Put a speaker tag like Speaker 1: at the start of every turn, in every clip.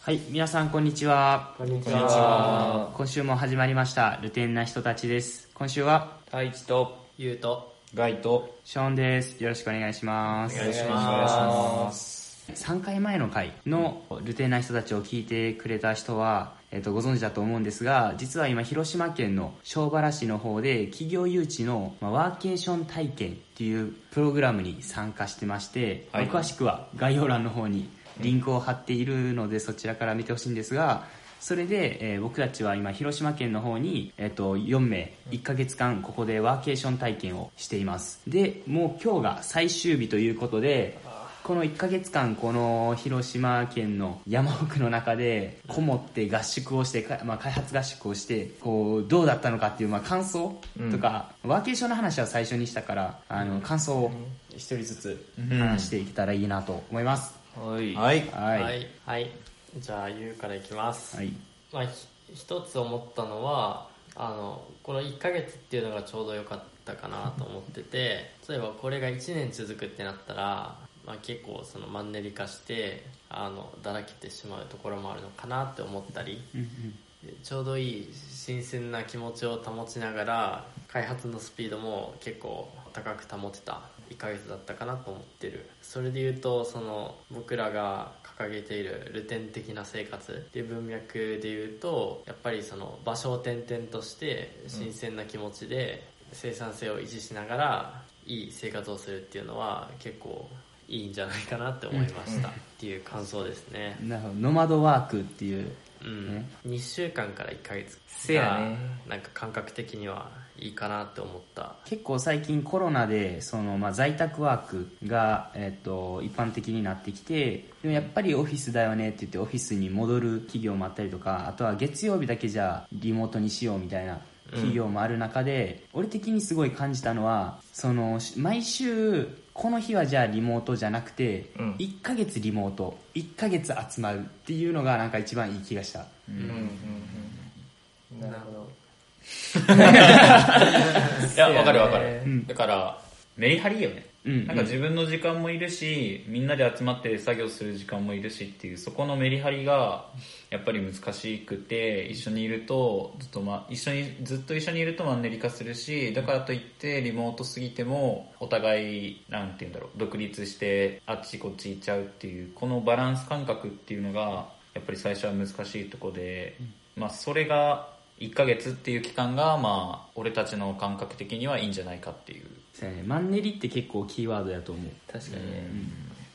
Speaker 1: はい、皆さんこんにちは。
Speaker 2: こんにち
Speaker 3: こんにちは。
Speaker 1: 今週も始まりました、ルテンな人たちです。今週は、
Speaker 3: 太一と
Speaker 2: ゆうと。
Speaker 3: ガイと
Speaker 1: ショーンです。よろしくお願いします。
Speaker 3: お願いし
Speaker 2: ます。
Speaker 1: 3回前の回のルテンな人たちを聞いてくれた人は、えっとご存知だと思うんですが実は今広島県の庄原市の方で企業誘致の、まあ、ワーケーション体験っていうプログラムに参加してまして、
Speaker 3: はい
Speaker 1: まあ詳しくは概要欄の方にリンクを貼っているのでそちらから見てほしいんですがそれで、えー僕たちは今広島県の方に、えっと4名1ヶ月間ここでワーケーション体験をしていますでもう今日が最終日ということでこの1ヶ月間この広島県の山奥の中でこもって合宿をして、かまあ、開発合宿をしてこうどうだったのかっていう、まあ、感想とか、ワーケーションの話は最初にしたからあの感想を一人ずつ話していけたらいいなと思います、
Speaker 2: はい。
Speaker 3: はい
Speaker 1: は、
Speaker 2: はいい。
Speaker 1: は
Speaker 2: はいい。じゃあ、ゆうからいきます。まあ、ひ一つ思ったのは、あの、この1ヶ月っていうのがちょうど良かったかなと思ってて、 例えばこれが1年続くってなったら、まあ結構そのマンネリ化して、あの、だらけてしまうところもあるのかなって思ったり、
Speaker 1: うんうん
Speaker 2: ちょうどいい新鮮な気持ちを保ちながら開発のスピードも結構高く保てた1ヶ月だったかなと思ってるそれで言うとその僕らが掲げているルテン的な生活っていう文脈で言うとやっぱりその場所を転々として新鮮な気持ちで生産性を維持しながらいい生活をするっていうのは結構いいんじゃないかなって思いましたっていう感想ですね
Speaker 1: なるほどノマドワークっていう
Speaker 2: うん
Speaker 1: ね、
Speaker 2: 2週間から1ヶ月
Speaker 3: せやね
Speaker 2: なんか感覚的にはいいかなって思った
Speaker 1: 結構最近コロナでその、まあ、在宅ワークが、えっと一般的になってきてでもやっぱりオフィスだよねって言ってオフィスに戻る企業もあったりとかあとは月曜日だけじゃリモートにしようみたいな企業もある中で、俺的にすごい感じたのはそのし毎週この日はじゃあリモートじゃなくて、
Speaker 3: うん
Speaker 1: 1ヶ月リモート1ヶ月集まるっていうのがなんか一番いい気がした
Speaker 3: うんうんうん
Speaker 2: なるほ ど
Speaker 3: いやわかるわかる、
Speaker 1: ん
Speaker 3: だからメリハリよね、
Speaker 1: うん
Speaker 3: なんか自分の時間もいるしみんなで集まって作業する時間もいるしっていうそこのメリハリがやっぱり難しくて一緒にいるとずっと、ま、一緒にずっと一緒にいるとマンネリ化するしだからといってリモート過ぎてもお互いなんて言うんだろう独立してあっちこっち行っちゃうっていうこのバランス感覚っていうのがやっぱり最初は難しいとこで、まあそれが1ヶ月っていう期間がまあ俺たちの感覚的にはいいんじゃないかっていう
Speaker 1: そうやねマンネリって結構キーワードやと思う
Speaker 4: 確かにね、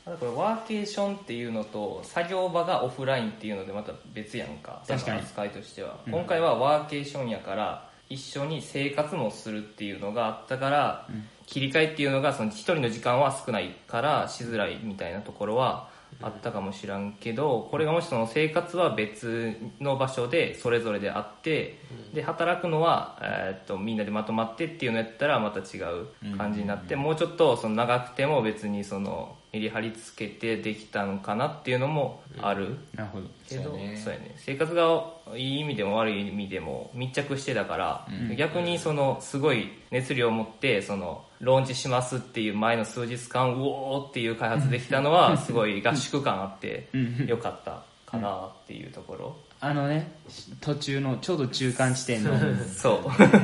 Speaker 4: あとこれワーケーションっていうのと作業場がオフラインっていうのでまた別やんか
Speaker 1: 確かに
Speaker 4: その扱いとしては、今回はワーケーションやから一緒に生活もするっていうのがあったから、切り替えっていうのがその一人の時間は少ないからしづらいみたいなところはあったかもしらんけどこれがもしその生活は別の場所でそれぞれであって、で働くのは、えーっとみんなでまとまってっていうのやったらまた違う感じになって、もうちょっとその長くても別にそのメリハリつけてできたのかなっていうのもある。
Speaker 1: なるほど
Speaker 4: けど
Speaker 3: そ
Speaker 4: そうう
Speaker 3: ね
Speaker 4: やね生活がいい意味でも悪い意味でも密着してたから、逆にそのすごい熱量を持ってそのローンチしますっていう前の数日間うおーっていう開発できたの はすごい合宿感あってよかったかなっていうところ、
Speaker 1: あのね途中のちょうど中間地点 の
Speaker 4: そう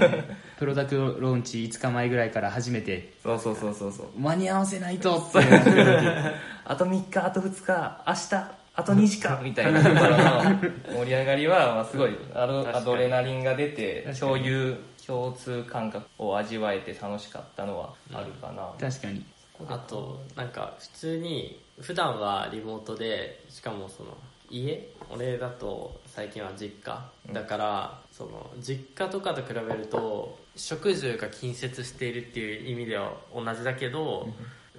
Speaker 1: プロダクトローンチ5日前ぐらいから初めて
Speaker 4: そうそうそうそうそう
Speaker 1: 間に合わせないと って思ってる
Speaker 4: あと3日あと2日明日あと2時 間みたいなところの盛り上がりはまあすごいアドアドレナリンが出て共有共通感覚を味わえて楽しかったのはあるかな、
Speaker 1: 時確かに
Speaker 2: あとなんか普通に普段はリモートでしかもその家俺だと最近は実家だから、その実家とかと比べると食住が近接しているっていう意味では同じだけど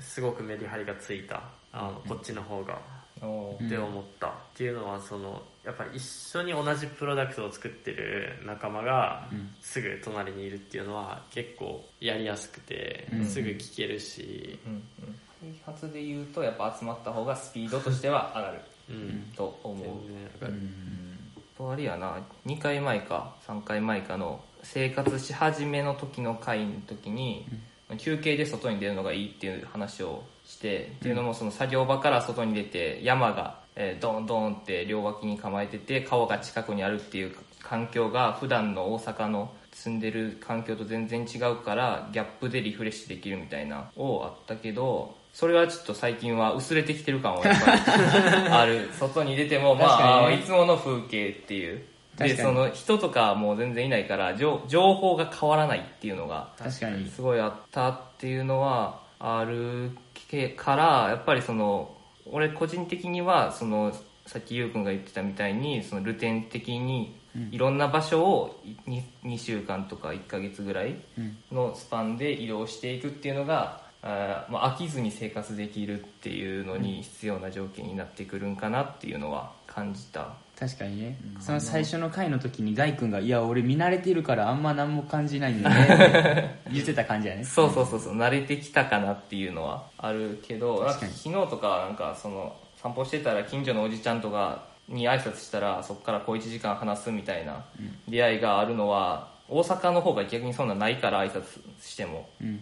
Speaker 2: すごくメリハリがついたあのこっちの方が
Speaker 4: おー
Speaker 2: って思った、っていうのはそのやっぱ一緒に同じプロダクトを作ってる仲間がすぐ隣にいるっていうのは結構やりやすくて、すぐ聞けるし、
Speaker 4: うんうん開発で言うとやっぱ集まった方がスピードとしては上がる
Speaker 2: うん
Speaker 4: と思う
Speaker 2: 全然わかる、
Speaker 4: とあれやな2回前か3回前かの生活し始めの時の会の時に、休憩で外に出るのがいいっていう話をして、っていうのもその作業場から外に出て山が、えードンドンって両脇に構えてて川が近くにあるっていう環境が普段の大阪の住んでる環境と全然違うからギャップでリフレッシュできるみたいなをあったけどそれはちょっと最近は薄れてきてる感はやっぱり ある外に出てもま
Speaker 1: 確かに
Speaker 4: あ
Speaker 1: ね
Speaker 4: いつもの風景っていう
Speaker 1: 確
Speaker 4: で
Speaker 1: か
Speaker 4: そ
Speaker 1: に
Speaker 4: の人とかもう全然いないから情情報が変わらないっていうのが
Speaker 1: 確かに
Speaker 4: すごいあったっていうのはあるけからやっぱりその俺個人的にはそのさっきゆうくんが言ってたみたいにそのルテン的にいろんな場所を 2, 週間とか1ヶ月ぐらいのスパンで移動していくっていうのが、あーまあ、飽きずに生活できるっていうのに必要な条件になってくるんかなっていうのは感じた。
Speaker 1: 確かにねその最初の回の時に大君が「いや俺見慣れてるからあんま何も感じないんだ ね」って言ってた感じやね
Speaker 4: そうそうそうそう慣れてきたかなっていうのはあるけどな
Speaker 1: 確
Speaker 4: ん
Speaker 1: か
Speaker 4: か
Speaker 1: に
Speaker 4: 昨日とかなんかその散歩してたら近所のおじちゃんとかに挨拶したらそこから小1時間話すみたいな出会いがあるのは大阪の方が逆にそんなないから挨拶しても
Speaker 1: うん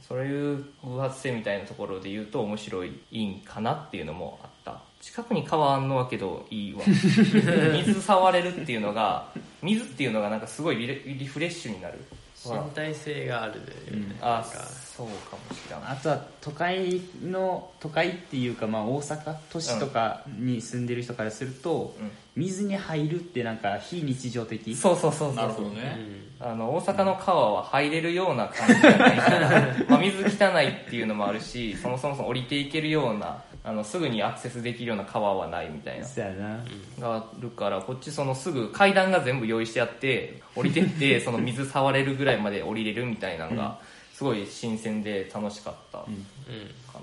Speaker 4: そういう偶発性みたいなところで言うと面白いいいんかなっていうのもあった近くに川あんのはけどい いわ水触れるっていうのが水っていうのがなんかすごいリレリフレッシュになるほら
Speaker 2: 身体性があるで、ねなん
Speaker 4: あ
Speaker 2: か
Speaker 4: そうかもしれない
Speaker 1: あとは都会の都会っていうかまあ大阪都市とかに住んでる人からすると、
Speaker 4: うん
Speaker 1: 水に入るってなんか非日常的
Speaker 4: そうそうそうそう
Speaker 3: なるほど
Speaker 2: う
Speaker 3: ね、
Speaker 2: ん
Speaker 4: あの大阪の川は入れるような感じじゃないから まあ水汚いっていうのもあるしそもそもその降りていけるようなあのすぐにアクセスできるような川はないみたいな
Speaker 1: そうやな
Speaker 4: があるからこっちそのすぐ階段が全部用意してあって降りてってその水触れるぐらいまで降りれるみたいなのがすごい新鮮で楽しかったか
Speaker 2: うん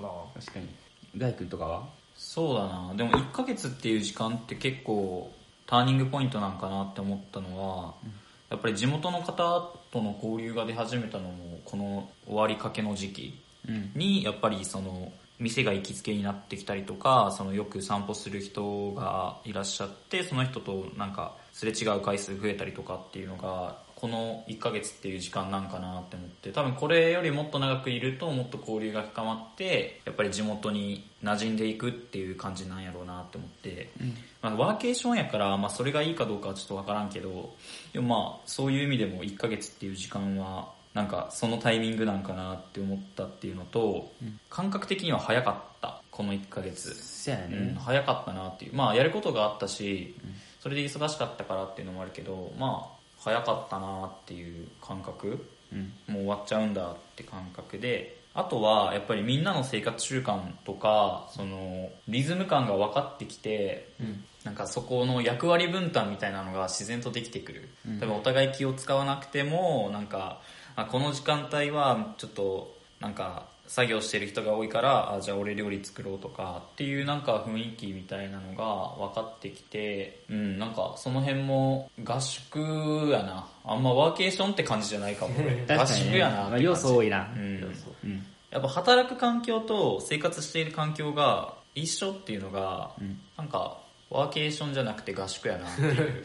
Speaker 4: な、
Speaker 1: 確かに大君とかは
Speaker 3: そうだなでも1ヶ月っていう時間って結構ターニングポイントなんかなって思ったのは、やっぱり地元の方との交流が出始めたのもこの終わりかけの時期
Speaker 1: うん
Speaker 3: にやっぱりその店が行きつけになってきたりとかそのよく散歩する人がいらっしゃってその人となんかすれ違う回数増えたりとかっていうのがこの1ヶ月っていう時間なんかなって思って多分これよりもっと長くいるともっと交流が深まってやっぱり地元に馴染んでいくっていう感じなんやろうなって思って、まあ、ワーケーションやから、まあ、それがいいかどうかはちょっとわからんけどでもまあそういう意味でも1ヶ月っていう時間はなんかそのタイミングなんかなって思ったっていうのと、感覚的には早かったこの1ヶ月
Speaker 1: そうやね、
Speaker 3: うん、早かったなっていうまあやることがあったし、それで忙しかったからっていうのもあるけどまあ早かったなっていう感覚
Speaker 1: うん
Speaker 3: もう終わっちゃうんだって感覚であとはやっぱりみんなの生活習慣とかそのリズム感が分かってきて、なんかそこの役割分担みたいなのが自然とできてくる、多分お互い気を使わなくてもなんかあこの時間帯はちょっとなんか作業してる人が多いからあじゃあ俺料理作ろうとかっていうなんか雰囲気みたいなのが分かってきてうんなんかその辺も合宿やなあんまワーケーションって感じじゃないかも俺合
Speaker 1: 確かに、
Speaker 3: 宿
Speaker 1: ね、
Speaker 3: やなって
Speaker 1: まあ
Speaker 3: 感じ
Speaker 1: 要素多いな、
Speaker 3: うん
Speaker 1: うん
Speaker 3: やっぱ働く環境と生活している環境が一緒っていうのが、なんかワーケーションじゃなくて合宿やなって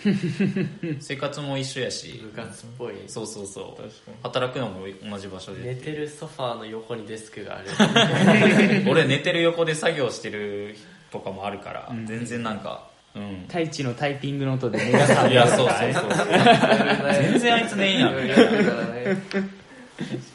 Speaker 3: いう生活も一緒やし
Speaker 2: 部活っぽい
Speaker 3: そうそうそう
Speaker 4: 確かに
Speaker 3: 働くのも同じ場所
Speaker 2: 寝
Speaker 3: で
Speaker 2: てるソファーの横にデスクがある
Speaker 3: 俺寝てる横で作業してるとかもあるから、全然なんかうん
Speaker 1: 太一のタイピングの音で目が覚める
Speaker 3: いやそうそうそう全然あいつねえんやん
Speaker 4: いろいろあるからね確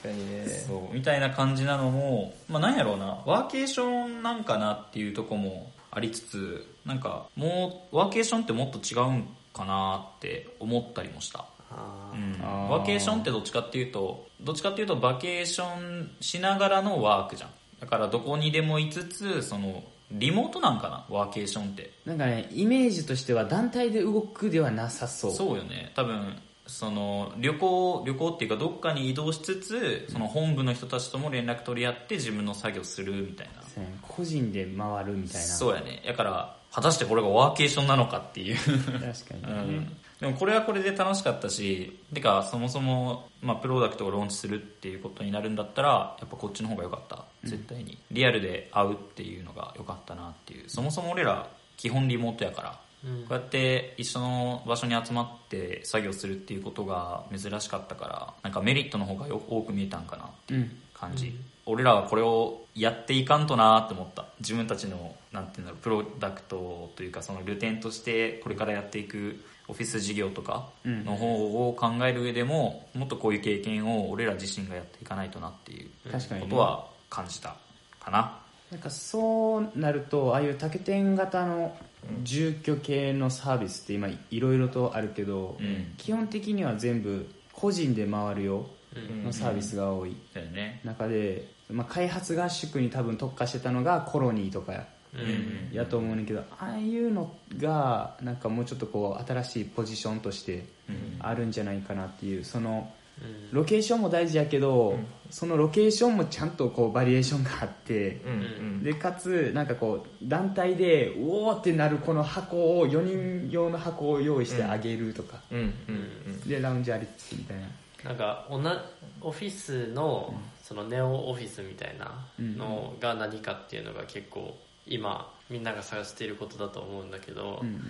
Speaker 4: かにね
Speaker 3: そうみたいな感じなのも、まあ、なんやろうなワーケーションなんかなっていうとこもありつつなんかもうワーケーションってもっと違うんかなって思ったりもした、
Speaker 2: あ
Speaker 3: うん、
Speaker 1: あー
Speaker 3: ワーケーションってどっちかっていうとどっちかっていうとバケーションしながらのワークじゃんだからどこにでもいつつそのリモートなんかなワーケーションって
Speaker 1: なんかねイメージとしては団体で動くではなさそう
Speaker 3: そうよね多分その旅行旅行っていうかどっかに移動しつつその本部の人たちとも連絡取り合って自分の作業するみたいな
Speaker 1: そうやね個人で回るみたいな
Speaker 3: そうやねだから果たしてこれがワーケーションなのかっていう、
Speaker 1: 確かに、
Speaker 3: うん、でもこれはこれで楽しかったしてかそもそも、まあ、プロダクトをローンチするっていうことになるんだったらやっぱこっちの方が良かった絶対に、リアルで会うっていうのが良かったなっていうそもそも俺ら基本リモートやから
Speaker 2: うん
Speaker 3: こうやって一緒の場所に集まって作業するっていうことが珍しかったからなんかメリットの方がよ多く見えたんかなって
Speaker 1: うん
Speaker 3: 感じ、俺らはこれをやっていかんとなって思った自分たちのなんていうんだろうプロダクトというかそのルテンとしてこれからやっていくオフィス事業とか
Speaker 1: うん
Speaker 3: の方を考える上でももっとこういう経験を俺ら自身がやっていかないとなっていう
Speaker 1: 確かにね
Speaker 3: ことは感じたかな、
Speaker 1: なんかそうなるとああいう宅建型の住居系のサービスって今いろいろとあるけど、
Speaker 3: うん
Speaker 1: 基本的には全部個人で回るよのサービスが多い
Speaker 3: だよね
Speaker 1: 中で、まあ、開発合宿に多分特化してたのがコロニーとかや
Speaker 2: うん
Speaker 3: うん
Speaker 1: やと思うねんけどああいうのがなんかもうちょっとこう新しいポジションとして
Speaker 3: うん
Speaker 1: あるんじゃないかなっていうその
Speaker 2: うん
Speaker 1: ロケーションも大事やけど、そのロケーションもちゃんとこうバリエーションがあって。
Speaker 4: うん
Speaker 1: でかつなんかこう団体でうおーってなるこの箱を4人用の箱を用意してあげるとか、
Speaker 4: うんうん
Speaker 1: でラウンジありつつみたいな
Speaker 2: なんかおなオフィスのそのネオオフィスみたいなのが何かっていうのが結構今みんなが探していることだと思うんだけど、
Speaker 1: うん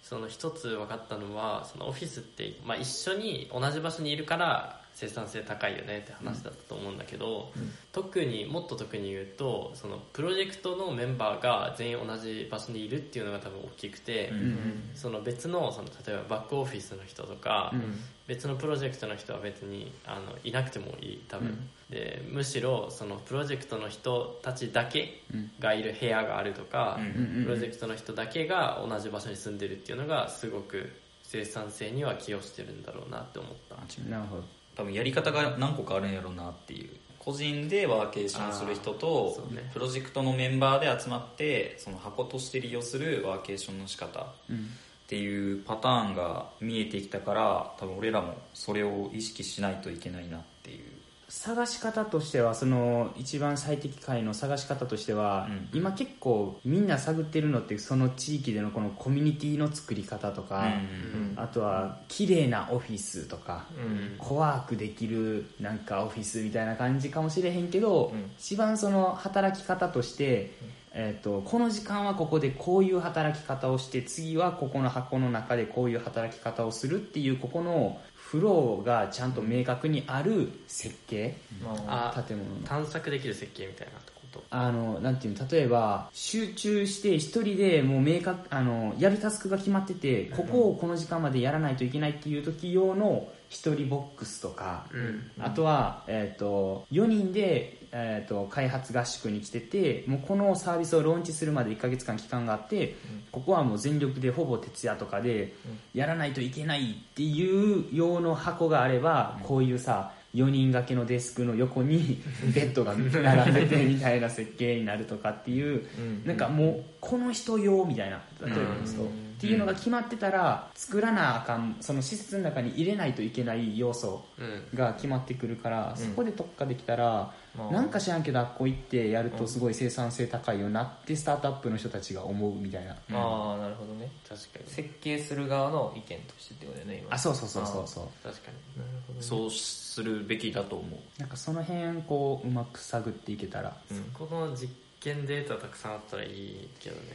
Speaker 2: その一つ分かったのはそのオフィスって、まあ、一緒に同じ場所にいるから生産性高いよねって話だったと思うんだけど、特にもっと特に言うとそのプロジェクトのメンバーが全員同じ場所にいるっていうのが多分大きくて、
Speaker 3: うん
Speaker 2: その別のその例えばバックオフィスの人とか、
Speaker 1: うん
Speaker 2: 別のプロジェクトの人は別にあのいなくてもいい多分、でむしろそのプロジェクトの人たちだけがいる部屋があるとか、
Speaker 3: うん
Speaker 1: うん
Speaker 2: プロジェクトの人だけが同じ場所に住んでるっていうのがすごく生産性には寄与してるんだろうなって思った
Speaker 1: なるほど
Speaker 3: 多分やり方が何個かあるんやろうなっていう個人でワーケーションする人
Speaker 2: あーそ
Speaker 3: と、
Speaker 2: うね
Speaker 3: プロジェクトのメンバーで集まってその箱として利用するワーケーションの仕方っ
Speaker 1: うん
Speaker 3: ていうパターンが見えてきたから多分俺らもそれを意識しないといけないなっていう
Speaker 1: 探し方としてはその一番最適解の探し方としては、
Speaker 3: うん
Speaker 1: 今結構みんな探ってるのってその地域でのこのコミュニティの作り方とか、
Speaker 3: うん
Speaker 1: あとは綺麗なオフィスとか、
Speaker 4: うん
Speaker 1: コワークできるなんかオフィスみたいな感じかもしれへんけど、
Speaker 4: うん
Speaker 1: 一番その働き方として、えー、とこの時間はここでこういう働き方をして次はここの箱の中でこういう働き方をするっていうここのフローがちゃんと明確にある設計、
Speaker 4: まあ
Speaker 2: あ
Speaker 1: 建物の
Speaker 2: 探索できる設計みたいなこと
Speaker 1: あのなんていうの例えば集中して一人でもう明確あのやるタスクが決まっててここをこの時間までやらないといけないっていう時用の一人ボックスとか、
Speaker 2: うん
Speaker 1: あとは、えー、と4人で、えー、と開発合宿に来ててもうこのサービスをローンチするまで1ヶ月間期間があって、ここはもう全力でほぼ徹夜とかでやらないといけないっていう用の箱があれば、こういうさ4人掛けのデスクの横 にベッドが並んでてみたいな設計になるとかっていう、
Speaker 4: うん
Speaker 1: なんかもうこの人用みたいな例えばそうっていうのが決まってたら作らなあかんその施設の中に入れないといけない要素
Speaker 2: うん
Speaker 1: が決まってくるから、そこで特化できたら、
Speaker 4: まあ
Speaker 1: なんか知らんけどあっこ行ってやるとすごい生産性高いよなってスタートアップの人たちが思うみたいな、
Speaker 4: ああなるほどね
Speaker 2: 確かに
Speaker 4: 設計する側の意見としてってことだよね今
Speaker 1: あそうそうそうそうそう
Speaker 2: 確かに
Speaker 4: なるほどね
Speaker 3: そうするべきだと思う
Speaker 1: なんかその辺こううまく探っていけたら
Speaker 2: そこの実験データたくさんあったらいいけど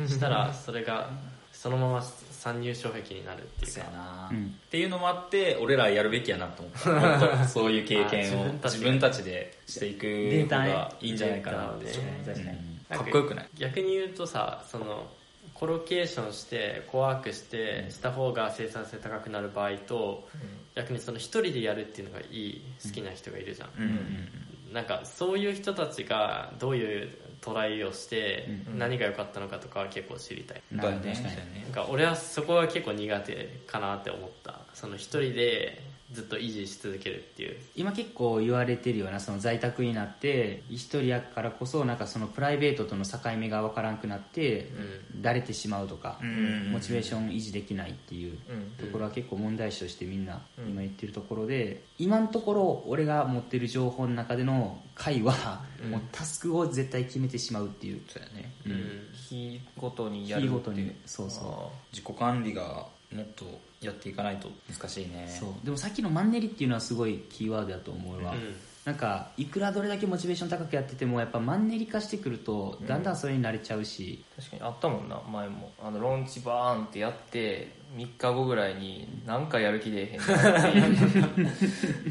Speaker 2: ねしたらそれがそのまま参入障壁になるっていう
Speaker 3: そう
Speaker 2: か
Speaker 3: やな、
Speaker 1: うん
Speaker 3: っていうのもあって俺らやるべきやなと思ったもっとそういう経験を
Speaker 2: あ自
Speaker 3: 自
Speaker 2: 分
Speaker 3: 分たちでしていく方がいいんじゃないかなって
Speaker 2: データね
Speaker 1: 確かに
Speaker 3: うんかっこよくない
Speaker 2: 逆に言うとさそのコロケーションしてコワークしてした方が生産性高くなる場合と逆にその一人でやるっていうのがいい好きな人がいるじゃん、
Speaker 3: うんうん
Speaker 2: なんかそういう人たちがどういうトライをして
Speaker 4: うん
Speaker 2: 何が良かったのかとかは結構知りたい、
Speaker 3: うん
Speaker 1: なるほどね
Speaker 3: そうだよね
Speaker 2: なんか俺はそこが結構苦手かなって思ったその一人でずっと維持し続けるっていう
Speaker 1: 今結構言われてるようなその在宅になって一人やからこそなんかそのプライベートとの境目が分からなくなって、だれてしまうとか、
Speaker 3: ん
Speaker 1: モチベーション維持できないっていうところは結構問題視としてみんな今言ってるところで、今のところ俺が持ってる情報の中での回は、もうタスクを絶対決めてしまうっていうそうやね
Speaker 2: うん、
Speaker 4: 日ごとにやる
Speaker 1: 日
Speaker 4: ってい
Speaker 1: ご
Speaker 4: う
Speaker 1: とにそうそう
Speaker 4: あ
Speaker 3: 自己管理がもっとやっていかないと難しいね
Speaker 1: そうでもさっきのマンネリっていうのはすごいキーワードだと思うわ、
Speaker 2: うん
Speaker 1: なんかいくらどれだけモチベーション高くやっててもやっぱマンネリ化してくるとだんだんそれに慣れちゃうし、
Speaker 4: 確かにあったもんな前もあのローンチバーンってやって3日後ぐらいになんかやる気出えへんなっていう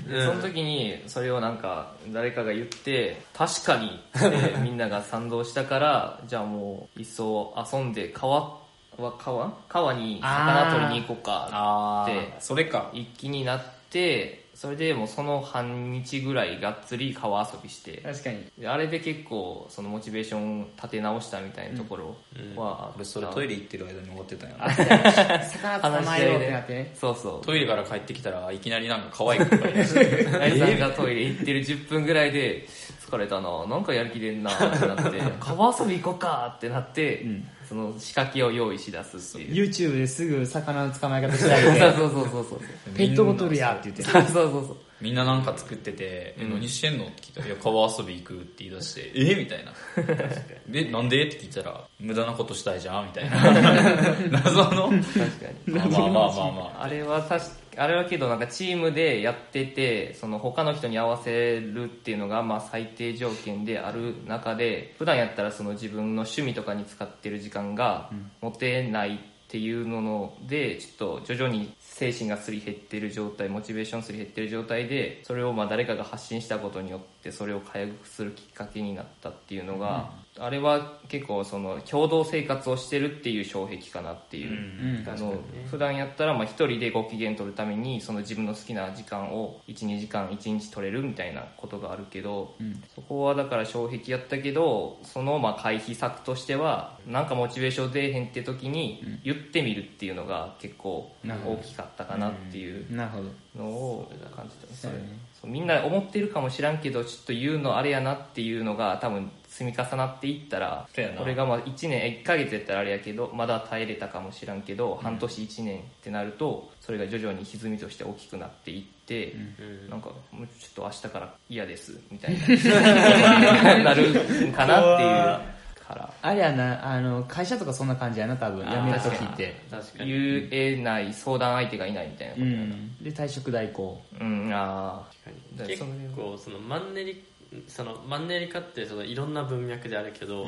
Speaker 4: で その時にそれをなんか誰かが言って確かにってみんなが賛同したからじゃあもう一層遊んで川は川川に魚取りに行こうか
Speaker 2: あ
Speaker 4: で
Speaker 2: あそれか
Speaker 4: 一気になってそれでもうその半日ぐらいがっつり川遊びして
Speaker 1: 確かに
Speaker 4: であれで結構そのモチベーション立て直したみたいなところはあった、
Speaker 3: 俺それトイレ行ってる間に終わってたんや
Speaker 1: 魚
Speaker 3: な
Speaker 4: 話
Speaker 1: 捕
Speaker 4: し
Speaker 1: ま
Speaker 4: 合
Speaker 1: えよう
Speaker 4: い
Speaker 1: ってな
Speaker 4: で
Speaker 1: ってね
Speaker 4: そうそう
Speaker 3: トイレから帰ってきたらいきなりなんか可愛い子がいる
Speaker 4: 大地さんがトイレ 行ってる10分ぐらいで疲れたななんかやる気出んなってな って川遊び行こうかってなって、
Speaker 1: ん
Speaker 4: その仕掛けを用意しだすっていう
Speaker 1: YouTube ですぐ魚の捕まえ方調べ
Speaker 4: そう
Speaker 1: て
Speaker 4: そうそうそうそう
Speaker 1: ペットボトルやって言って
Speaker 4: そうそうそう
Speaker 3: みんななんか作ってて「え何してんの?」って聞いたら「いや川遊び行く」って言い出して「えみたいな「でなんで?」って聞いたら「無駄なことしたいじゃん」みたい な謎の
Speaker 4: 確かに
Speaker 3: まあまあまあまあま
Speaker 4: あれは確かあれはけどなんかチームでやっててその他の人に合わせるっていうのがまあ最低条件である中で普段やったらその自分の趣味とかに使ってる時間が持てないっていうののでちょっと徐々に精神がすり減ってる状態モチベーションすり減ってる状態でそれをまあ誰かが発信したことによってそれを回復するきっかけになったっていうのが、あれは結構その共同生活をしてるっていう障壁かなっていう。
Speaker 1: うん
Speaker 4: あの普段やったらまあ一人でご機嫌取るためにその自分の好きな時間を12時間1日取れるみたいなことがあるけど、そこはだから障壁やったけどそのまあ回避策としてはなんかモチベーション出えへんって時に言ってみるっていうのが結構大きかったかなっていう
Speaker 1: なるほど
Speaker 4: のを感じたそ
Speaker 1: そう
Speaker 4: れ
Speaker 1: だね
Speaker 4: そうみんな思ってるかもしらんけどちょっと言うのあれやなっていうのが多分積み重なっていったら
Speaker 3: そうやな
Speaker 4: これがまあ1年1ヶ月やったらあれやけどまだ耐えれたかもしらんけど、半年1年ってなるとそれが徐々に歪みとして大きくなっていって、なんかもうちょっと明日から嫌ですみたいななるかなっていうから
Speaker 1: あれやなあの会社とかそんな感じやな多分辞める時って
Speaker 2: 確かに
Speaker 4: 言えない相談相手がいないみたいなこ
Speaker 1: う
Speaker 4: とやな、
Speaker 1: んで退職代行
Speaker 4: うん、ああ
Speaker 2: 確かに結構そのマンネリそのマンネリ化ってそのいろんな文脈であるけど、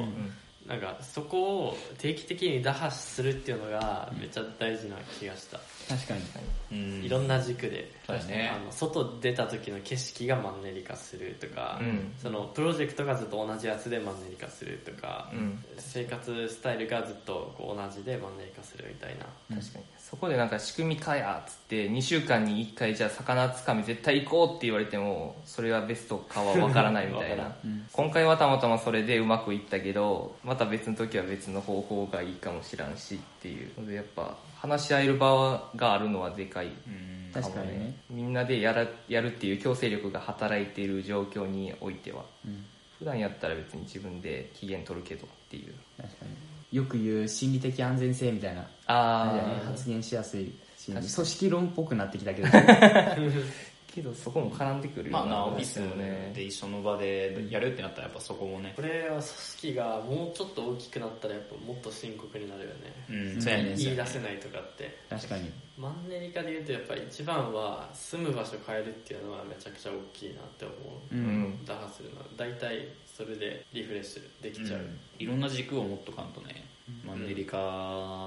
Speaker 2: なんかそこを定期的に打破するっていうのがめっちゃ大事な気がした、
Speaker 1: 確かに
Speaker 3: あうん
Speaker 2: いろんな軸で、
Speaker 3: そうだね
Speaker 2: あの外出た時の景色がマンネリ化するとか、
Speaker 4: うん
Speaker 2: そのプロジェクトがずっと同じやつでマンネリ化するとか、
Speaker 4: ん
Speaker 2: 生活スタイルがずっとこう同じでマンネリ化するみたいな
Speaker 4: 確かにそこでなんか仕組みかやっつって2週間に1回じゃあ魚つかみ絶対行こうって言われてもそれがベストかはわからないみたい
Speaker 2: わ から
Speaker 4: な、今回はたまたまそれでうまくいったけどまた別の時は別の方法がいいかもしらんしっていうのでやっぱ話し合える場があるのはでかい
Speaker 3: うん
Speaker 1: 確かにね
Speaker 4: みんなでやらやるっていう強制力が働いている状況においては、普段やったら別に自分で期限取るけどっていう
Speaker 1: 確かによく言う心理的安全性みたいなあれやね
Speaker 4: ああ
Speaker 1: 発言しやすいし組織論っぽくなってきた けど
Speaker 4: けどそこも絡んでくるよ
Speaker 3: ま
Speaker 4: な
Speaker 3: あなオフィスで一緒の場でやるってなったらやっぱそこもね
Speaker 2: これは組織がもうちょっと大きくなったらやっぱもっと深刻になるよね、
Speaker 3: うんそうやね
Speaker 2: 言い出せないとかって
Speaker 1: 確かに
Speaker 2: マンネリ化で言うとやっぱり一番は住む場所変えるっていうのはめちゃくちゃ大きいなって思う、
Speaker 4: ん
Speaker 2: 打破するのは大体それでリフレッシュできちゃう、
Speaker 3: いろんな軸を持っとかんとねマンネリ化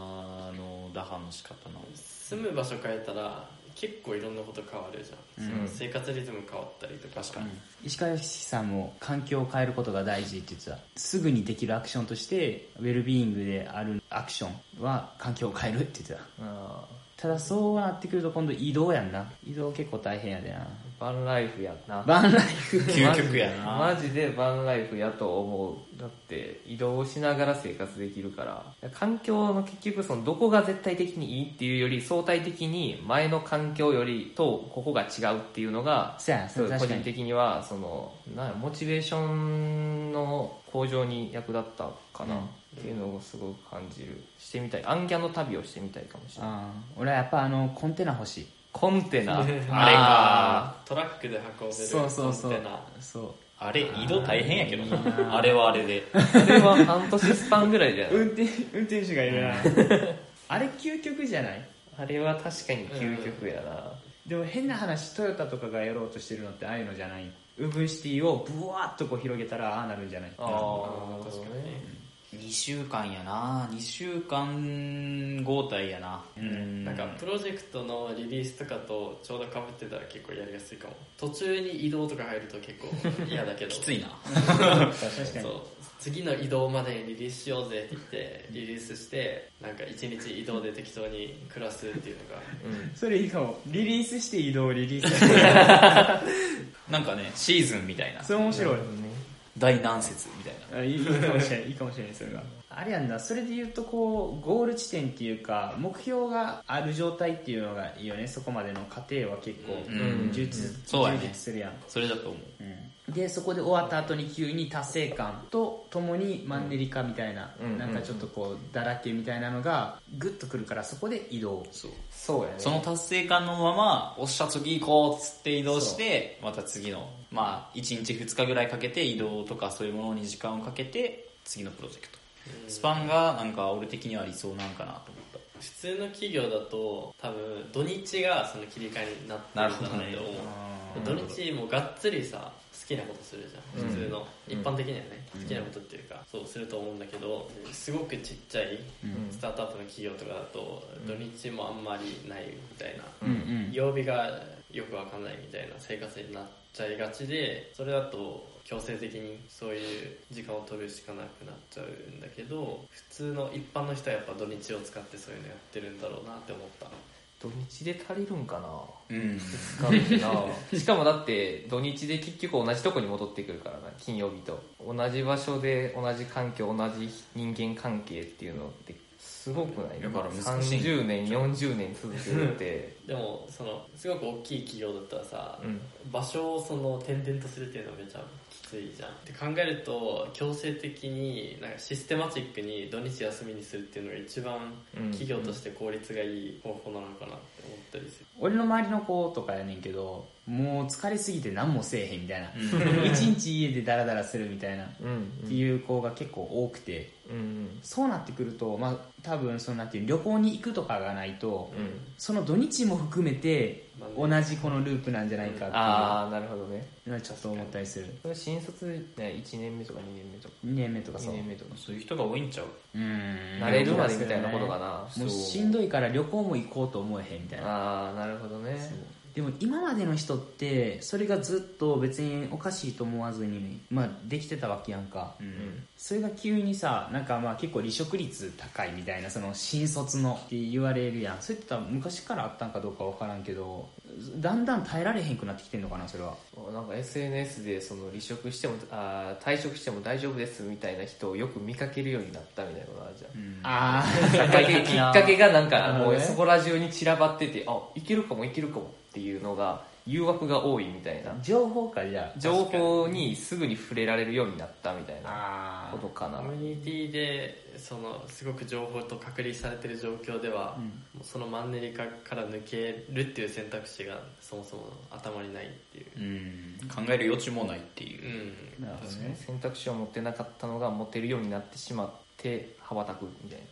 Speaker 3: の打破の仕方の
Speaker 2: 住む場所変えたら結構いろんなこと変わるじゃん、その生活リズム変わったりとか確かに
Speaker 1: 石川良樹さんも環境を変えることが大事って言ってたすぐにできるアクションとしてウェルビーイングであるアクションは環境を変えるって言ってた
Speaker 4: あー
Speaker 1: ただそうなってくると今度移動やんな移動結構大変やでな
Speaker 4: バンライフやな
Speaker 1: バンライフ
Speaker 3: 究極やな
Speaker 4: マジでマジでバンライフやと思うだって移動しながら生活できるから環境の結局そのどこが絶対的にいいっていうより相対的に前の環境よりとここが違うっていうのが
Speaker 1: そうや
Speaker 4: そう
Speaker 1: 確
Speaker 4: 個
Speaker 1: か
Speaker 4: 人
Speaker 1: に
Speaker 4: 的にはそのなんやモチベーションの向上に役立ったかなっていうのをすごく感じるしてみたいアンギャの旅をしてみたいかもしれない
Speaker 1: あー俺はやっぱあのコンテナ欲しい
Speaker 4: コンテナ あれ
Speaker 3: あれか
Speaker 2: トラックで運べる
Speaker 1: そうそうそ
Speaker 2: コン
Speaker 1: う
Speaker 2: テナ
Speaker 1: そ
Speaker 3: あれ移動大変やけどなあれはあれで
Speaker 4: あれは半年スパンぐらいじゃな
Speaker 1: う
Speaker 4: い
Speaker 1: 運転運転手がいるなあれ究極じゃない
Speaker 4: あれは確かに究極やな、
Speaker 1: でも変な話トヨタとかがやろうとしてるのってああいうのじゃないウーブンシティをブワーッとこう広げたらああなるんじゃないかな
Speaker 2: あー確かにね
Speaker 3: 2週間やな2週間合体やなうん
Speaker 2: なんかプロジェクトのリリースとかとちょうどかぶってたら結構やりやすいかも途中に移動とか入ると結構嫌だけど
Speaker 3: きついな
Speaker 1: 確か
Speaker 2: そ
Speaker 1: に
Speaker 2: う次の移動までにリリースしようぜって言ってリリースしてなんか一日移動で適当に暮らすっていうのが
Speaker 1: それいいかもリリースして移動リリースして
Speaker 3: なんかねシーズンみたいな
Speaker 1: それ面白い
Speaker 3: 大難節みたいな
Speaker 1: あいいいいかもしれないいいかもしれないそれがあれやんなそれで言うとこうゴール地点っていうか目標がある状態っていうのがいいよねそこまでの過程は結構、
Speaker 2: うん
Speaker 1: 充実
Speaker 3: そうやね
Speaker 1: 充実するやん
Speaker 3: それだと思う
Speaker 1: でそこで終わった後に急に達成感とともにマンネリ化みたいな、
Speaker 4: うん
Speaker 1: なんかちょっとこうだらけみたいなのがグッとくるからそこで移動
Speaker 3: そう
Speaker 4: そうやね
Speaker 3: その達成感のままおっしゃ次行こうっつって移動してまた次のまあ1日2日ぐらいかけて移動とかそういうものに時間をかけて次のプロジェクトスパンがなんか俺的には理想なんかなと思っ
Speaker 2: 普通の企業だと多分土日がその切り替えになってるんだなって思う土日もがっつりさ好きなことするじゃん普通の、一般的にはね、好きなことっていうかそうすると思うんだけどすごくちっちゃいスタートアップの企業とかだと土日もあんまりないみたいな、曜日がよくわかんないみたいな生活になっちゃいがちでそれだと強制的にそういう時間を取るしかなくなっちゃうんだけど普通の一般の人はやっぱ土日を使ってそういうのやってるんだろうなって思った
Speaker 4: 土日で足りるんかな
Speaker 3: たうん
Speaker 4: 使うしなしかもだって土日で結局同じとこに戻ってくるからな金曜日と同じ場所で同じ環境同じ人間関係っていうのってすごくない
Speaker 3: だから難しい
Speaker 4: 30年40年続けるって、
Speaker 2: でもそのすごく大きい企業だったらさ、
Speaker 4: うん、
Speaker 2: 場所をその転々とするっていうのはめちゃきついじゃんって考えると強制的になんかシステマチックに土日休みにするっていうのが一番
Speaker 4: うん
Speaker 2: 企業として効率がいい方法なのかなって思ったりする、
Speaker 1: 俺の周りの子とかやねんけどもう疲れすぎて何もせえへんみたいな一日家でダラダラするみたいなっ
Speaker 4: うん
Speaker 1: ていう子が結構多くて
Speaker 4: うんうん
Speaker 1: そうなってくるとまあ多分そのなんていう旅行に行くとかがないと、
Speaker 4: うん
Speaker 1: その土日も含めて同
Speaker 2: まあね
Speaker 1: じこのループなんじゃないかっ
Speaker 4: ああなるほど
Speaker 1: て
Speaker 4: ね
Speaker 1: いうのはちょっと思ったりする
Speaker 4: それ新卒、ね、1年目とか2年目とか
Speaker 1: 2年目とかそ
Speaker 4: 2
Speaker 1: う
Speaker 4: 年目とか
Speaker 3: そういう人が多いんちゃう
Speaker 1: うん
Speaker 4: 慣れるまでみたいなことかな、
Speaker 1: もうしんどいから旅行も行こうと思えへんみたいな
Speaker 4: ああなるほどね
Speaker 1: でも今までの人ってそれがずっと別におかしいと思わずに、まあ、できてたわけやんか、
Speaker 3: うん
Speaker 1: それが急にさなんかまあ結構離職率高いみたいなその新卒のって言われるやんそれって多分昔からあったんかどうか分からんけどだんだん耐えられへんくなってきてんのかなそれは
Speaker 4: なんか SNS でその離職してもあー退職しても大丈夫ですみたいな人をよく見かけるようになったみたいなことあるじゃん、
Speaker 1: あ
Speaker 4: きっか けきっかけがなんか
Speaker 1: なる
Speaker 4: も
Speaker 1: ほど
Speaker 4: う
Speaker 1: ね
Speaker 4: そこら中に散らばっててあいけるかもいけるかもっていうのが誘惑が多いみたいな
Speaker 1: あ情報かじゃあ
Speaker 4: 情報にすぐに触れられるようになったみたいな
Speaker 1: あ
Speaker 4: こ
Speaker 1: ー
Speaker 4: とかな
Speaker 2: コミュニティでそのすごく情報と隔離されてる状況では、もうそのマンネリ化から抜けるっていう選択肢がそもそも頭にないっていう
Speaker 3: うん考える余地もないっていううん
Speaker 1: なるほどね
Speaker 4: 選択肢を持ってなかったのが持てるようになってしまって羽ばたくみたいな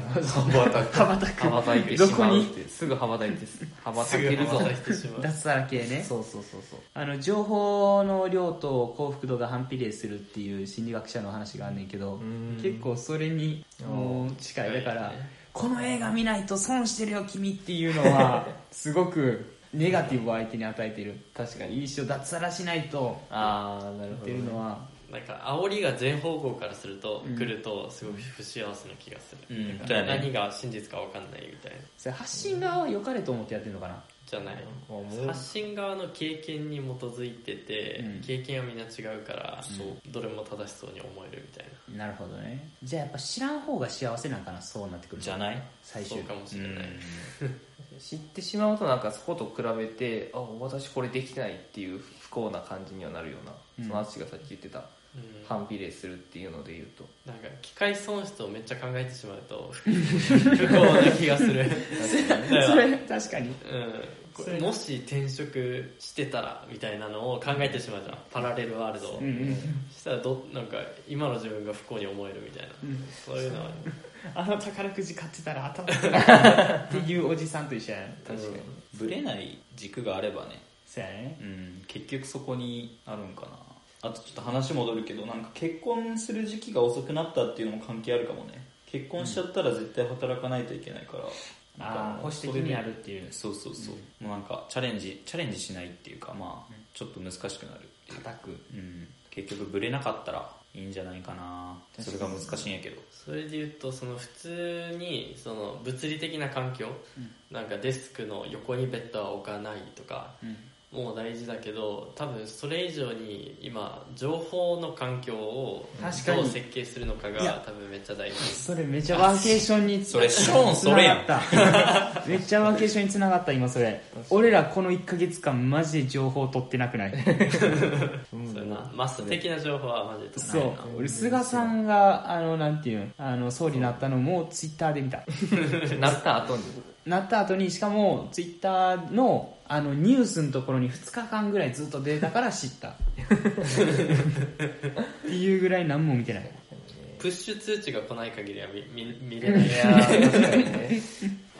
Speaker 1: 羽ばたく
Speaker 4: 羽ばたいてしまうっ
Speaker 1: どこ
Speaker 4: てすぐ羽ばたいてす羽ばた
Speaker 2: す
Speaker 4: け
Speaker 2: ぐ
Speaker 4: る
Speaker 2: 羽
Speaker 4: ぞ
Speaker 2: ばたいてしまう
Speaker 1: 脱サラ系ね
Speaker 4: そうそうそうそう
Speaker 1: あの情報の量と幸福度が反比例するっていう心理学者の話があんねんけど
Speaker 4: ん
Speaker 1: 結構それにもう近いだから、この映画見ないと損してるよ君っていうのはすごくネガティブを相手に与えてる
Speaker 4: 確かに
Speaker 1: 一生脱サラしないと
Speaker 4: ああなる
Speaker 1: っ
Speaker 4: ほ
Speaker 1: て
Speaker 4: ど
Speaker 1: いう
Speaker 4: ね
Speaker 1: のは
Speaker 2: なんか煽りが全方向からすると、来るとすごく不幸せな気がする、
Speaker 3: うん
Speaker 2: なん
Speaker 3: だ
Speaker 2: か
Speaker 3: よね
Speaker 2: 何が真実か分かんないみたいな
Speaker 1: それ発信側は良かれと思ってやってるのかな
Speaker 2: じゃない、
Speaker 4: もうもう
Speaker 2: 発信側の経験に基づいてて、
Speaker 1: うん
Speaker 2: 経験はみんな違うから、どれも正しそうに思えるみたいな
Speaker 1: なるほどねじゃあやっぱ知らん方が幸せなんかなそうなってくる
Speaker 3: じゃないい
Speaker 1: 最
Speaker 2: そう
Speaker 1: 終
Speaker 2: かもしれない、
Speaker 4: 知ってしまうとなんかそこと比べてあ私これできないっていう不幸な感じにはなるようなその淳がさっき言ってた
Speaker 2: うん
Speaker 4: 反比例するっていうので言うと
Speaker 2: なんか機械損失をめっちゃ考えてしまう と不幸な気がする
Speaker 1: それ確かに
Speaker 2: うんこれもし転職してたらみたいなのを考えてしまうじゃんパラレルワールドを、そしたらどなんか今の自分が不幸に思えるみたいな、そういうのは
Speaker 1: あの宝くじ買ってたら当たったっていうおじさんと一緒やん
Speaker 4: 確かに
Speaker 3: ぶれない軸があればね
Speaker 1: そうやね
Speaker 3: うん結局そこにあるんかなあとちょっと話戻るけどなんか結婚する時期が遅くなったっていうのも関係あるかもね結婚しちゃったら絶対働かないといけないから、
Speaker 1: ああ保守的にあるっていう
Speaker 3: そうそうそう、もうなんかチャレンジチャレンジしないっていうかまあちょっと難しくなるっていう
Speaker 1: 固く
Speaker 3: うん、結局ブレなかったらいいんじゃないかなそれが難しいんやけど
Speaker 2: それで言うとその普通にその物理的な環境、なんかデスクの横にベッドは置かないとか、もう大事だけど多分それ以上に今情報の環境を
Speaker 1: 確かに
Speaker 2: どう設計するのかが多分めっちゃ大事
Speaker 1: それめっちゃワーケーションに
Speaker 3: それショーンそれやん
Speaker 1: つなが っためっちゃワーケーションにつながった今それ俺らこの1か月間マジで情報取ってなくない
Speaker 2: そうやなマス的な情報はマジで取ら
Speaker 1: そ
Speaker 2: ないうな
Speaker 1: 俺菅さんがあのなんていうのあの総理になったのもツイッターで見た
Speaker 4: なった後に
Speaker 1: なった後にしかもツイッターのあのニュースのところに2日間ぐらいずっと出たから知ったっていうぐらい何も見てない
Speaker 2: プッシュ通知が来ない限りは見見見れない
Speaker 4: いやー確かにね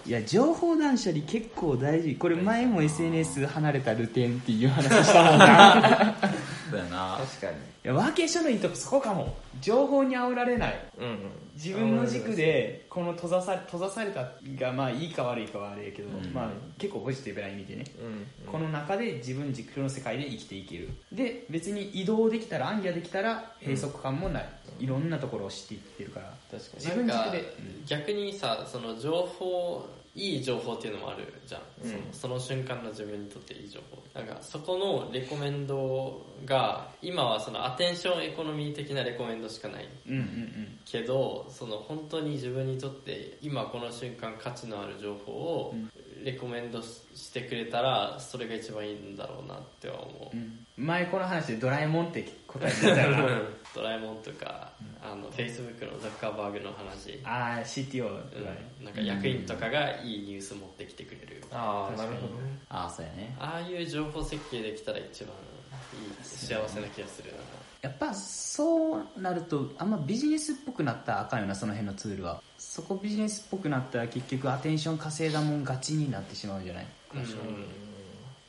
Speaker 1: いや情報断捨離結構大事これ前も SNS 離れたルテンっていう話したもんない
Speaker 3: そうやな
Speaker 4: 確かに
Speaker 1: やワーケーションのいいとこそこかも情報に煽られない
Speaker 4: うんうん
Speaker 1: 自分の軸でこの閉ざさ閉ざされたがまあいいか悪いかはあれやけど、
Speaker 3: うん
Speaker 1: まあ、結構ポジティブな意味でね、
Speaker 4: うん
Speaker 1: この中で自分軸の世界で生きていけるで別に移動できたら暗夜できたら閉塞感もない、いろんなところを知っていってるから
Speaker 4: 確かに
Speaker 1: 自分
Speaker 2: なん
Speaker 1: 軸
Speaker 2: か
Speaker 1: で
Speaker 2: 逆にさその情報いい情報っていうのもあるじゃん、
Speaker 4: うん
Speaker 2: そのその瞬間の自分にとっていい情報なんかそこのレコメンドが今はそのアテンションエコノミー的なレコメンドしかない
Speaker 1: うんうんうん
Speaker 2: けどその本当に自分にとって今この瞬間価値のある情報をレコメンドししてくれたらそれが一番いいんだろうなっては思う、
Speaker 1: 前この話で「ドラえもん」って答えてたよな
Speaker 2: ドラえもんとか、あのフェイスブックのザッカーバーグの話
Speaker 1: ああ CTO とかね
Speaker 2: うんなんか役員とかがいいニュース持ってきてくれる、
Speaker 4: ああなるほど
Speaker 1: ああそうやね
Speaker 2: ああいう情報設計できたら一番いい幸せな気がするな
Speaker 1: やっぱそうなるとあんまビジネスっぽくなったらあかんよなその辺のツールはそこビジネスっぽくなったら結局アテンション稼いだもん勝ちになってしまうんじゃない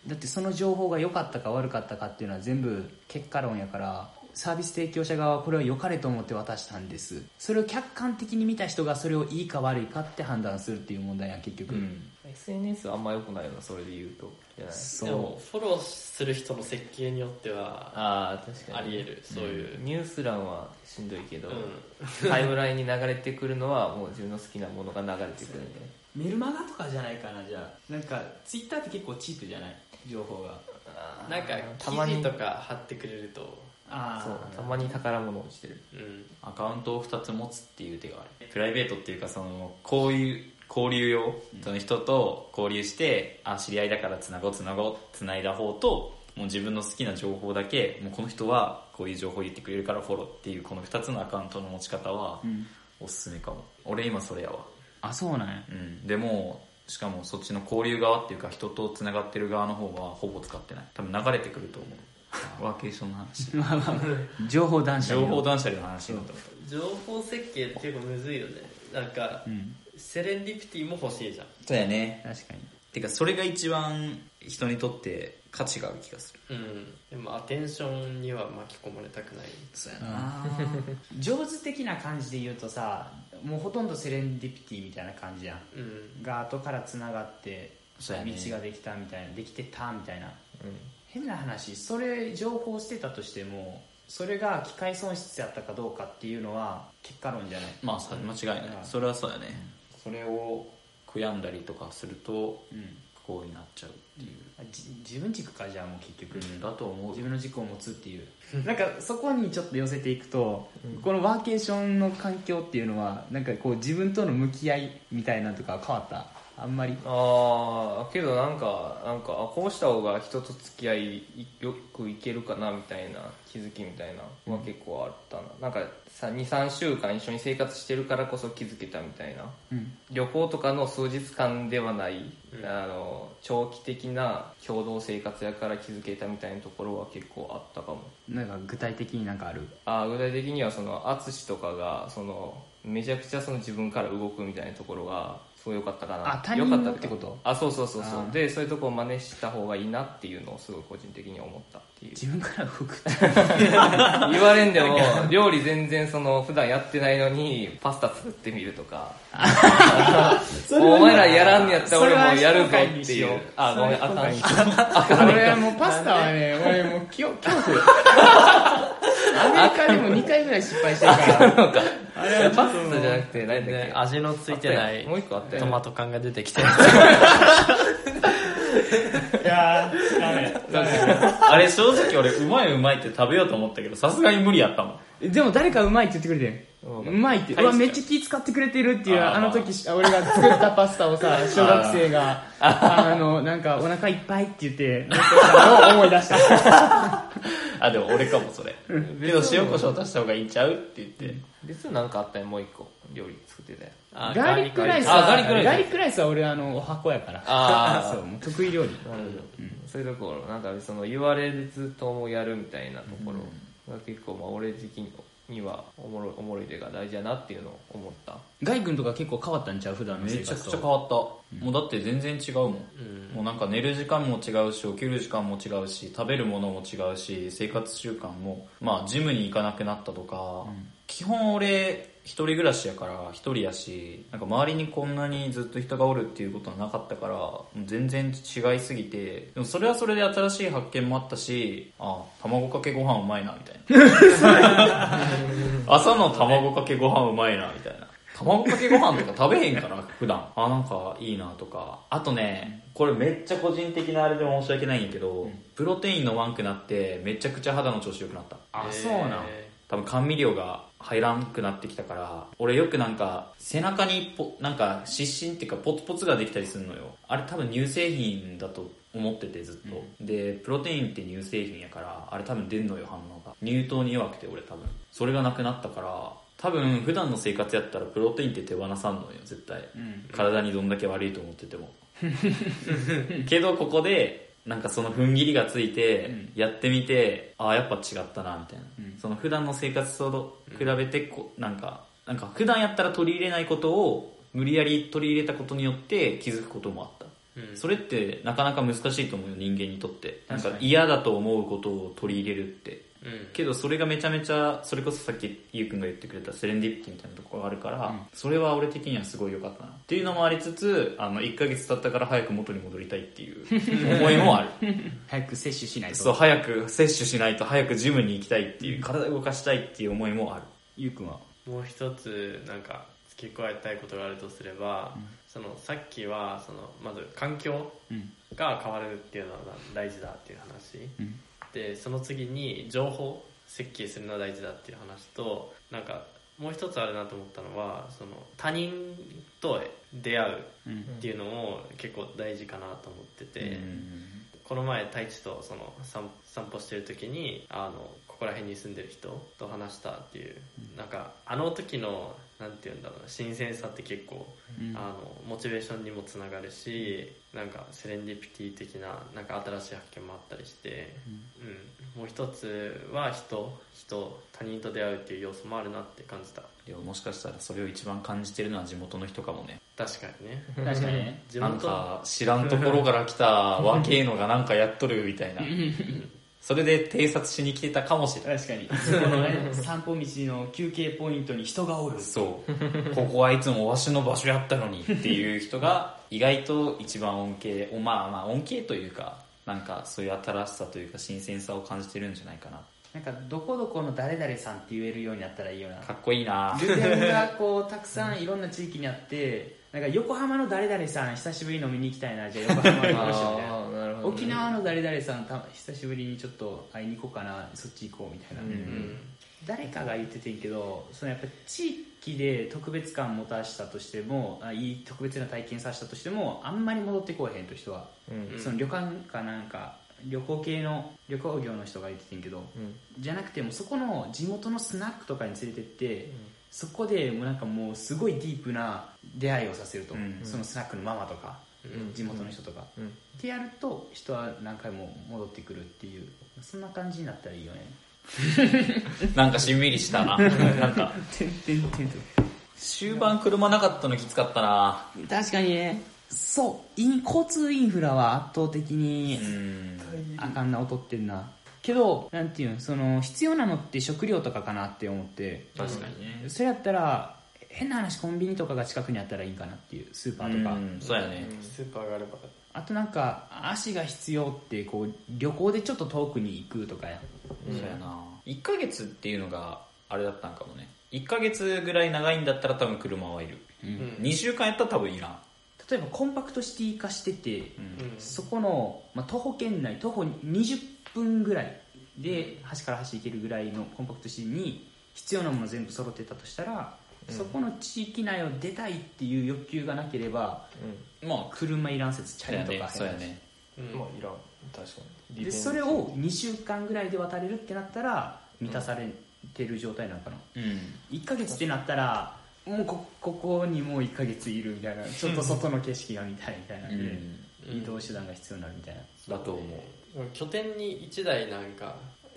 Speaker 1: だってその情報が良かったか悪かったかっていうのは全部結果論やからサービス提供者側はこれは良かれと思って渡したんですそれを客観的に見た人がそれをいいか悪いかって判断するっていう問題やん結局、
Speaker 4: SNS はあんま良くないよなそれで言うとじゃない
Speaker 2: で
Speaker 1: そ
Speaker 2: もフォローする人の設計によっては
Speaker 4: ああ確かに
Speaker 2: あり得るそういう、
Speaker 4: ニュース欄はしんどいけど、
Speaker 2: う
Speaker 4: タイムラインに流れてくるのはもう自分の好きなものが流れてくるんで
Speaker 1: うメルマガとかじゃないかなじゃあなんかツイッターって結構チープじゃない情報が
Speaker 2: なんか
Speaker 4: たま
Speaker 2: 記事
Speaker 4: に
Speaker 2: とか貼ってくれると、
Speaker 1: あ
Speaker 4: そうたまに宝物落ちてる
Speaker 2: うん、
Speaker 3: アカウントを2つ持つっていう手があるプライベートっていうかそのこういう交流用その人と交流して、あ知り合いだからつなごうつなごうつないだ方ともう自分の好きな情報だけもうこの人はこういう情報言ってくれるからフォローっていうこの2つのアカウントの持ち方はおすすめかも、俺今それやわ
Speaker 1: あそうなんや
Speaker 3: うんでもしかもそっちの交流側っていうか人とつながってる側の方はほぼ使ってない多分流れてくると思う ワーケーションの話
Speaker 1: 情報断捨離
Speaker 3: 情
Speaker 1: を
Speaker 3: 報断捨離の話だと思う
Speaker 2: 情報設計って結構むずいよねなんか、
Speaker 1: ん
Speaker 2: セレンディピティも欲しいじゃん
Speaker 3: そうやね
Speaker 1: 確かに
Speaker 3: てかそれが一番人にとって価値がある気がする
Speaker 2: うんでもアテンションには巻き込まれたくない
Speaker 3: そうや
Speaker 1: 上手的な感じで言うとさもうほとんどセレンディピティみたいな感じじゃん
Speaker 2: うん
Speaker 1: が後からつながって
Speaker 3: そ
Speaker 1: 道
Speaker 3: うやね
Speaker 1: ができたみたいなできてたみたいな、変な話それ情報を捨てたとしてもそれが機械損失やったかどうかっていうのは結果論じゃない
Speaker 3: まあさ間違いない、
Speaker 1: うん
Speaker 3: それはそうやね、それを悔やんだりとかすると不幸になっちゃうって いう、
Speaker 1: じ自分軸かじゃあもう結局、
Speaker 3: だと思う
Speaker 1: 自分の軸を持つっていう なんかそこにちょっと寄せていくと、このワーケーションの環境っていうのはなんかこう自分との向き合いみたいなのとかは変わったあんまり
Speaker 4: ああけどなんかなんかあこうした方が人と付き合いよくいけるかなみたいな気づきみたいなのは結構あったな、なんかさ23週間一緒に生活してるからこそ気づけたみたいな、旅行とかの数日間ではない、あの長期的な共同生活やから気づけたみたいなところは結構あったかも
Speaker 1: なんか具体的になんかある
Speaker 4: あー具体的にはその淳とかがそのめちゃくちゃその自分から動くみたいなところがすごい良かったかな
Speaker 1: あ他人の
Speaker 4: 良か
Speaker 1: ってこと
Speaker 4: あそうそうそうそ
Speaker 1: あ
Speaker 4: うでそういうとこを真似した方がいいなっていうのをすごい個人的に思ったっていう
Speaker 1: 自分から動くって
Speaker 4: 言われんでも料理全然その普段やってないのにパスタ作ってみるとか お前らやらんのやったら俺もやるぞ
Speaker 1: それは非公
Speaker 4: ってい
Speaker 1: 開にしよ
Speaker 4: う
Speaker 1: う
Speaker 4: あごめんあかん
Speaker 1: 俺はもうパスタはね 俺もう恐恐怖アメリカでも2回ぐらい失敗してるから
Speaker 4: あれはパスタじゃなくて何だっけ
Speaker 2: で味のついてない
Speaker 4: もう一個あったよ
Speaker 2: トマト缶が出てきて
Speaker 1: いやーダメ
Speaker 3: あれ正直俺うまいうまいって食べようと思ったけどさすがに無理やったもん
Speaker 1: でも誰かうまいって言ってくれて
Speaker 4: うん
Speaker 1: うまいって
Speaker 3: 大した
Speaker 1: うわめっちゃ気使ってくれてるっていう
Speaker 3: あー
Speaker 1: あの時し俺が作ったパスタをさ小学生があのなんかお腹いっぱいって言って残したのを思い出した
Speaker 3: あでも俺かもそれけど塩コショウ足した方がいいんちゃうって言って
Speaker 4: 別になんかあったよもう一個料理作ってたよ
Speaker 2: あ
Speaker 1: ガーリックライス
Speaker 4: あガーリックラ
Speaker 1: は
Speaker 4: イス
Speaker 1: ガーリックライスは俺あのお箱やから
Speaker 4: あー
Speaker 1: そうもう得意料理
Speaker 4: なるほど、そういうところなんかその言われずともやるみたいなところが結構まあ俺的にはおもろいおもろいというか大事やなっていうのを思った
Speaker 1: ガイ君とか結構変わったんちゃう普段の
Speaker 3: め
Speaker 1: 生
Speaker 3: ちゃく
Speaker 1: 活
Speaker 3: ちゃ変
Speaker 1: と
Speaker 3: わった、もうだって全然違うもん、もうなんか寝る時間も違うし起きる時間も違うし食べるものも違うし生活習慣もまあジムに行かなくなったとか、基本俺一人暮らしやから一人やしなんか周りにこんなにずっと人がおるっていうことはなかったからもう全然違いすぎてでもそれはそれで新しい発見もあったしあ卵かけご飯うまいなみたいな朝の卵かけご飯うまいなみたいな卵かけご飯とか食べへんから普段 あなんかいいなとかあとねこれめっちゃ個人的なあれで申し訳ないんやけど、プロテイン飲まんくなってめちゃくちゃ肌の調子良くなった
Speaker 1: あ
Speaker 3: 多分甘味料が入らんくなってきたから俺よくなんか背中にぽなんか湿疹っていうかポツポツができたりするのよあれ多分乳製品だと思っててずっと、でプロテインって乳製品やからあれ多分出んのよ反応が乳糖に弱くて俺多分それがなくなったから多分普段の生活やったらプロテインって手放さんのよ絶対、体にどんだけ悪いと思っててもけどここでなんかその踏ん切りがついてやってみて、ああやっぱ違ったなみたいな、その普段の生活と比べてこなんかなんか普段やったら取り入れないことを無理やり取り入れたことによって気づくこともあった、それってなかなか難しいと思うよ人間にとってなんか嫌だと思うことを取り入れるってけどそれがめちゃめちゃそれこそさっきゆうくんが言ってくれたセレンディピティみたいなところがあるから、それは俺的にはすごい良かったなっていうのもありつつあの1ヶ月経ったから早く元に戻りたいっていう思いもあ る
Speaker 1: 早く摂取しない
Speaker 3: そう
Speaker 1: と
Speaker 3: 早く摂取しないと早くジムに行きたいっていう体を動かしたいっていう思いもある
Speaker 1: ゆうくんは
Speaker 2: もう一つなんか付け加えたいことがあるとすれば、そのさっきはそのまず環境が変わるっていうのは大事だっていう話、でその次に情報設計するのは大事だっていう話となんかもう一つあるなと思ったのはその他人と出会うっていうのも結構大事かなと思ってて、この前太一とその散散歩してる時にあのここら辺に住んでる人と話したっていう、なんかあの時のなんて言うんだろうな新鮮さって結構、あのモチベーションにもつながるしなんかセレンディピティ的ななんか新しい発見もあったりして、うんもう一つは人人他人と出会うっていう要素もあるなって感じた
Speaker 3: でももしかしたらそれを一番感じてるのは地元の人かもね
Speaker 2: 確か にね
Speaker 1: 確かにね
Speaker 2: 地
Speaker 3: なん
Speaker 2: 元
Speaker 3: か知らんところから来た若えのがなんかやっとるみた いなそれで偵察しに来てたかもしれない
Speaker 1: 確かにこのね散歩道の休憩ポイントに人がおる
Speaker 3: そう。ここはいつもわしの場所やったのにっていう 人が、意外と一番恩恵を、まあまあ恩恵というか、なんかそういう新しさというか新鮮さを感じてるんじゃないかな。
Speaker 1: なんかどこどこの誰々さんって言えるようになったらいいよな
Speaker 3: かっこいいな
Speaker 1: 拠点がこうたくさんいろんな地域にあってなんか横浜の誰々さん久しぶりに飲みに行きたいなじゃあ横浜行きましょうみたいな
Speaker 4: あーなるほどね
Speaker 1: 沖縄の誰々さんた久しぶりにちょっと会いに行こうかなそっち行こうみたいな、
Speaker 2: うん
Speaker 1: 誰かが言っててんけどそのやっぱ地域で特別感持たしたとしてもあいい特別な体験させたとしてもあんまり戻ってこえへんと人は、
Speaker 4: うん
Speaker 1: その旅館かなんか旅行系の旅行業の人が言っててんけど、じゃなくてもそこの地元のスナックとかに連れてって、そこでもうなんかもうすごいディープな出会いをさせると、
Speaker 3: うん
Speaker 1: そのスナックのママとか、
Speaker 2: うん
Speaker 1: 地元の人とか、
Speaker 4: うん
Speaker 1: ってやると人は何回も戻ってくるっていうそんな感じになったらいいよね
Speaker 3: なんかしんみりしたな。なんか、
Speaker 1: てんてんてんと
Speaker 3: 終盤車なかったのきつかったな
Speaker 1: 確かにねそうイン交通インフラは圧倒的に
Speaker 3: うん
Speaker 1: あかんな劣ってんなけどなんていうんその必要なのって食料とかかなって思って
Speaker 3: 確かにね
Speaker 1: それやったら変な話コンビニとかが近くにあったらいいんかなっていうスーパーとか、
Speaker 3: うんそうやね
Speaker 2: うんスーパーがあれば
Speaker 1: あとなんか足が必要ってこう旅行でちょっと遠くに行くとかや
Speaker 3: そうやな1ヶ月っていうのがあれだったんかもね1ヶ月ぐらい長いんだったら多分車はいる
Speaker 2: うんうん
Speaker 3: 2週間やったら多分いらん
Speaker 1: 例えばコンパクトシティ化してて、
Speaker 2: うん
Speaker 1: そこの、まあ、徒歩圏内徒歩20分ぐらいで端から端行けるぐらいのコンパクトシティに必要なもの全部揃ってたとしたら、
Speaker 2: うん
Speaker 1: そこの地域内を出たいっていう欲求がなければ
Speaker 3: まあ
Speaker 1: 車いらん説チ
Speaker 3: そう
Speaker 1: ャ
Speaker 3: や
Speaker 1: リと
Speaker 3: ね
Speaker 1: か
Speaker 3: そうやね
Speaker 2: うん
Speaker 5: まあいらん確かに
Speaker 1: でそれを2週間ぐらいで渡れるってなったら満たされてる状態なのかな、
Speaker 3: うん
Speaker 1: 1ヶ月ってなったらもうこここにもう1ヶ月いるみたいなちょっと外の景色が見たいみたいな、
Speaker 3: うん
Speaker 1: 移動手段が必要になるみたいな
Speaker 5: だと思う
Speaker 2: うん拠点に1台なんか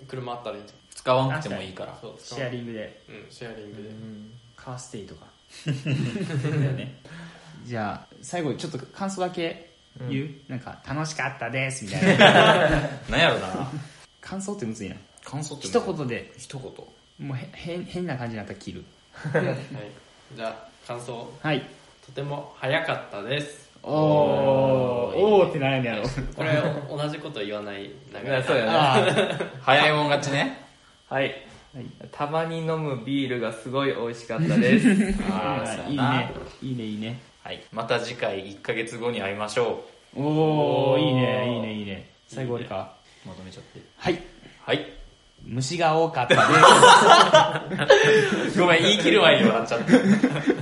Speaker 2: 車あったらいいと
Speaker 3: 使わなくてもいいから
Speaker 2: 思う
Speaker 1: シェアリングで
Speaker 2: グうんシェアリングで
Speaker 1: カーステイとか じゃあ最後にちょっと感想だけ言う、なんか楽しかったですみたい な
Speaker 3: なんやろな
Speaker 1: 感想ってむずいな
Speaker 3: 感想って
Speaker 1: 一言で
Speaker 3: 一言
Speaker 1: もうへ変変な感じになったら切る
Speaker 2: はいじゃあ感想
Speaker 1: はい
Speaker 2: とても早かったです
Speaker 1: おーおーって悩んでやろう
Speaker 2: これ同じこと言わない流れ
Speaker 4: そうやね
Speaker 1: あー
Speaker 3: 早いもん勝ちね
Speaker 4: はい
Speaker 1: はい
Speaker 4: たまに飲むビールがすごい美味しかったです
Speaker 3: あ
Speaker 1: あ
Speaker 3: ー
Speaker 1: ー
Speaker 3: そう
Speaker 1: いい
Speaker 3: やな
Speaker 1: ねいいねいいね
Speaker 3: はい、また次回1ヶ月後に会いましょ
Speaker 1: おおいいねいいねいいね最後俺か
Speaker 3: うまとめちゃって
Speaker 1: はい
Speaker 3: はい
Speaker 1: 虫が多かったで
Speaker 3: ごめん言い切る前に笑っちゃった
Speaker 1: す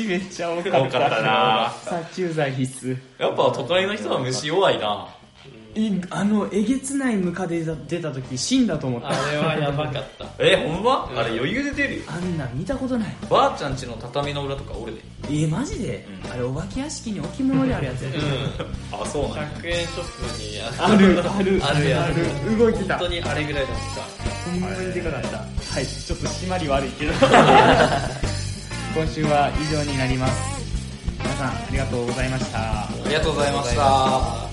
Speaker 1: 虫めっちゃ多かった
Speaker 3: 多かったな
Speaker 1: 殺虫剤必須
Speaker 3: やっぱ都会の人は虫弱いな
Speaker 1: えあのえげつないムカデ出た出た時死んだと思っ
Speaker 2: あ
Speaker 1: た
Speaker 2: れはやばかった
Speaker 3: えほんまあれ余裕で出るよ
Speaker 1: あんなん見たことない
Speaker 3: ばあちゃんちの畳の裏とか俺で
Speaker 1: えマジで、
Speaker 3: うん
Speaker 1: あれお化け屋敷に置物であるやつやで
Speaker 2: うん
Speaker 3: あそうなんや
Speaker 2: 100円ショップにあ
Speaker 1: あるある
Speaker 2: あるやん
Speaker 1: ある動いてた
Speaker 2: 本当にあれぐらいだった
Speaker 1: ほんまにでかかったはいちょっと締まり悪いけど今週は以上になります皆さんありがとうございました
Speaker 3: ありがとうございました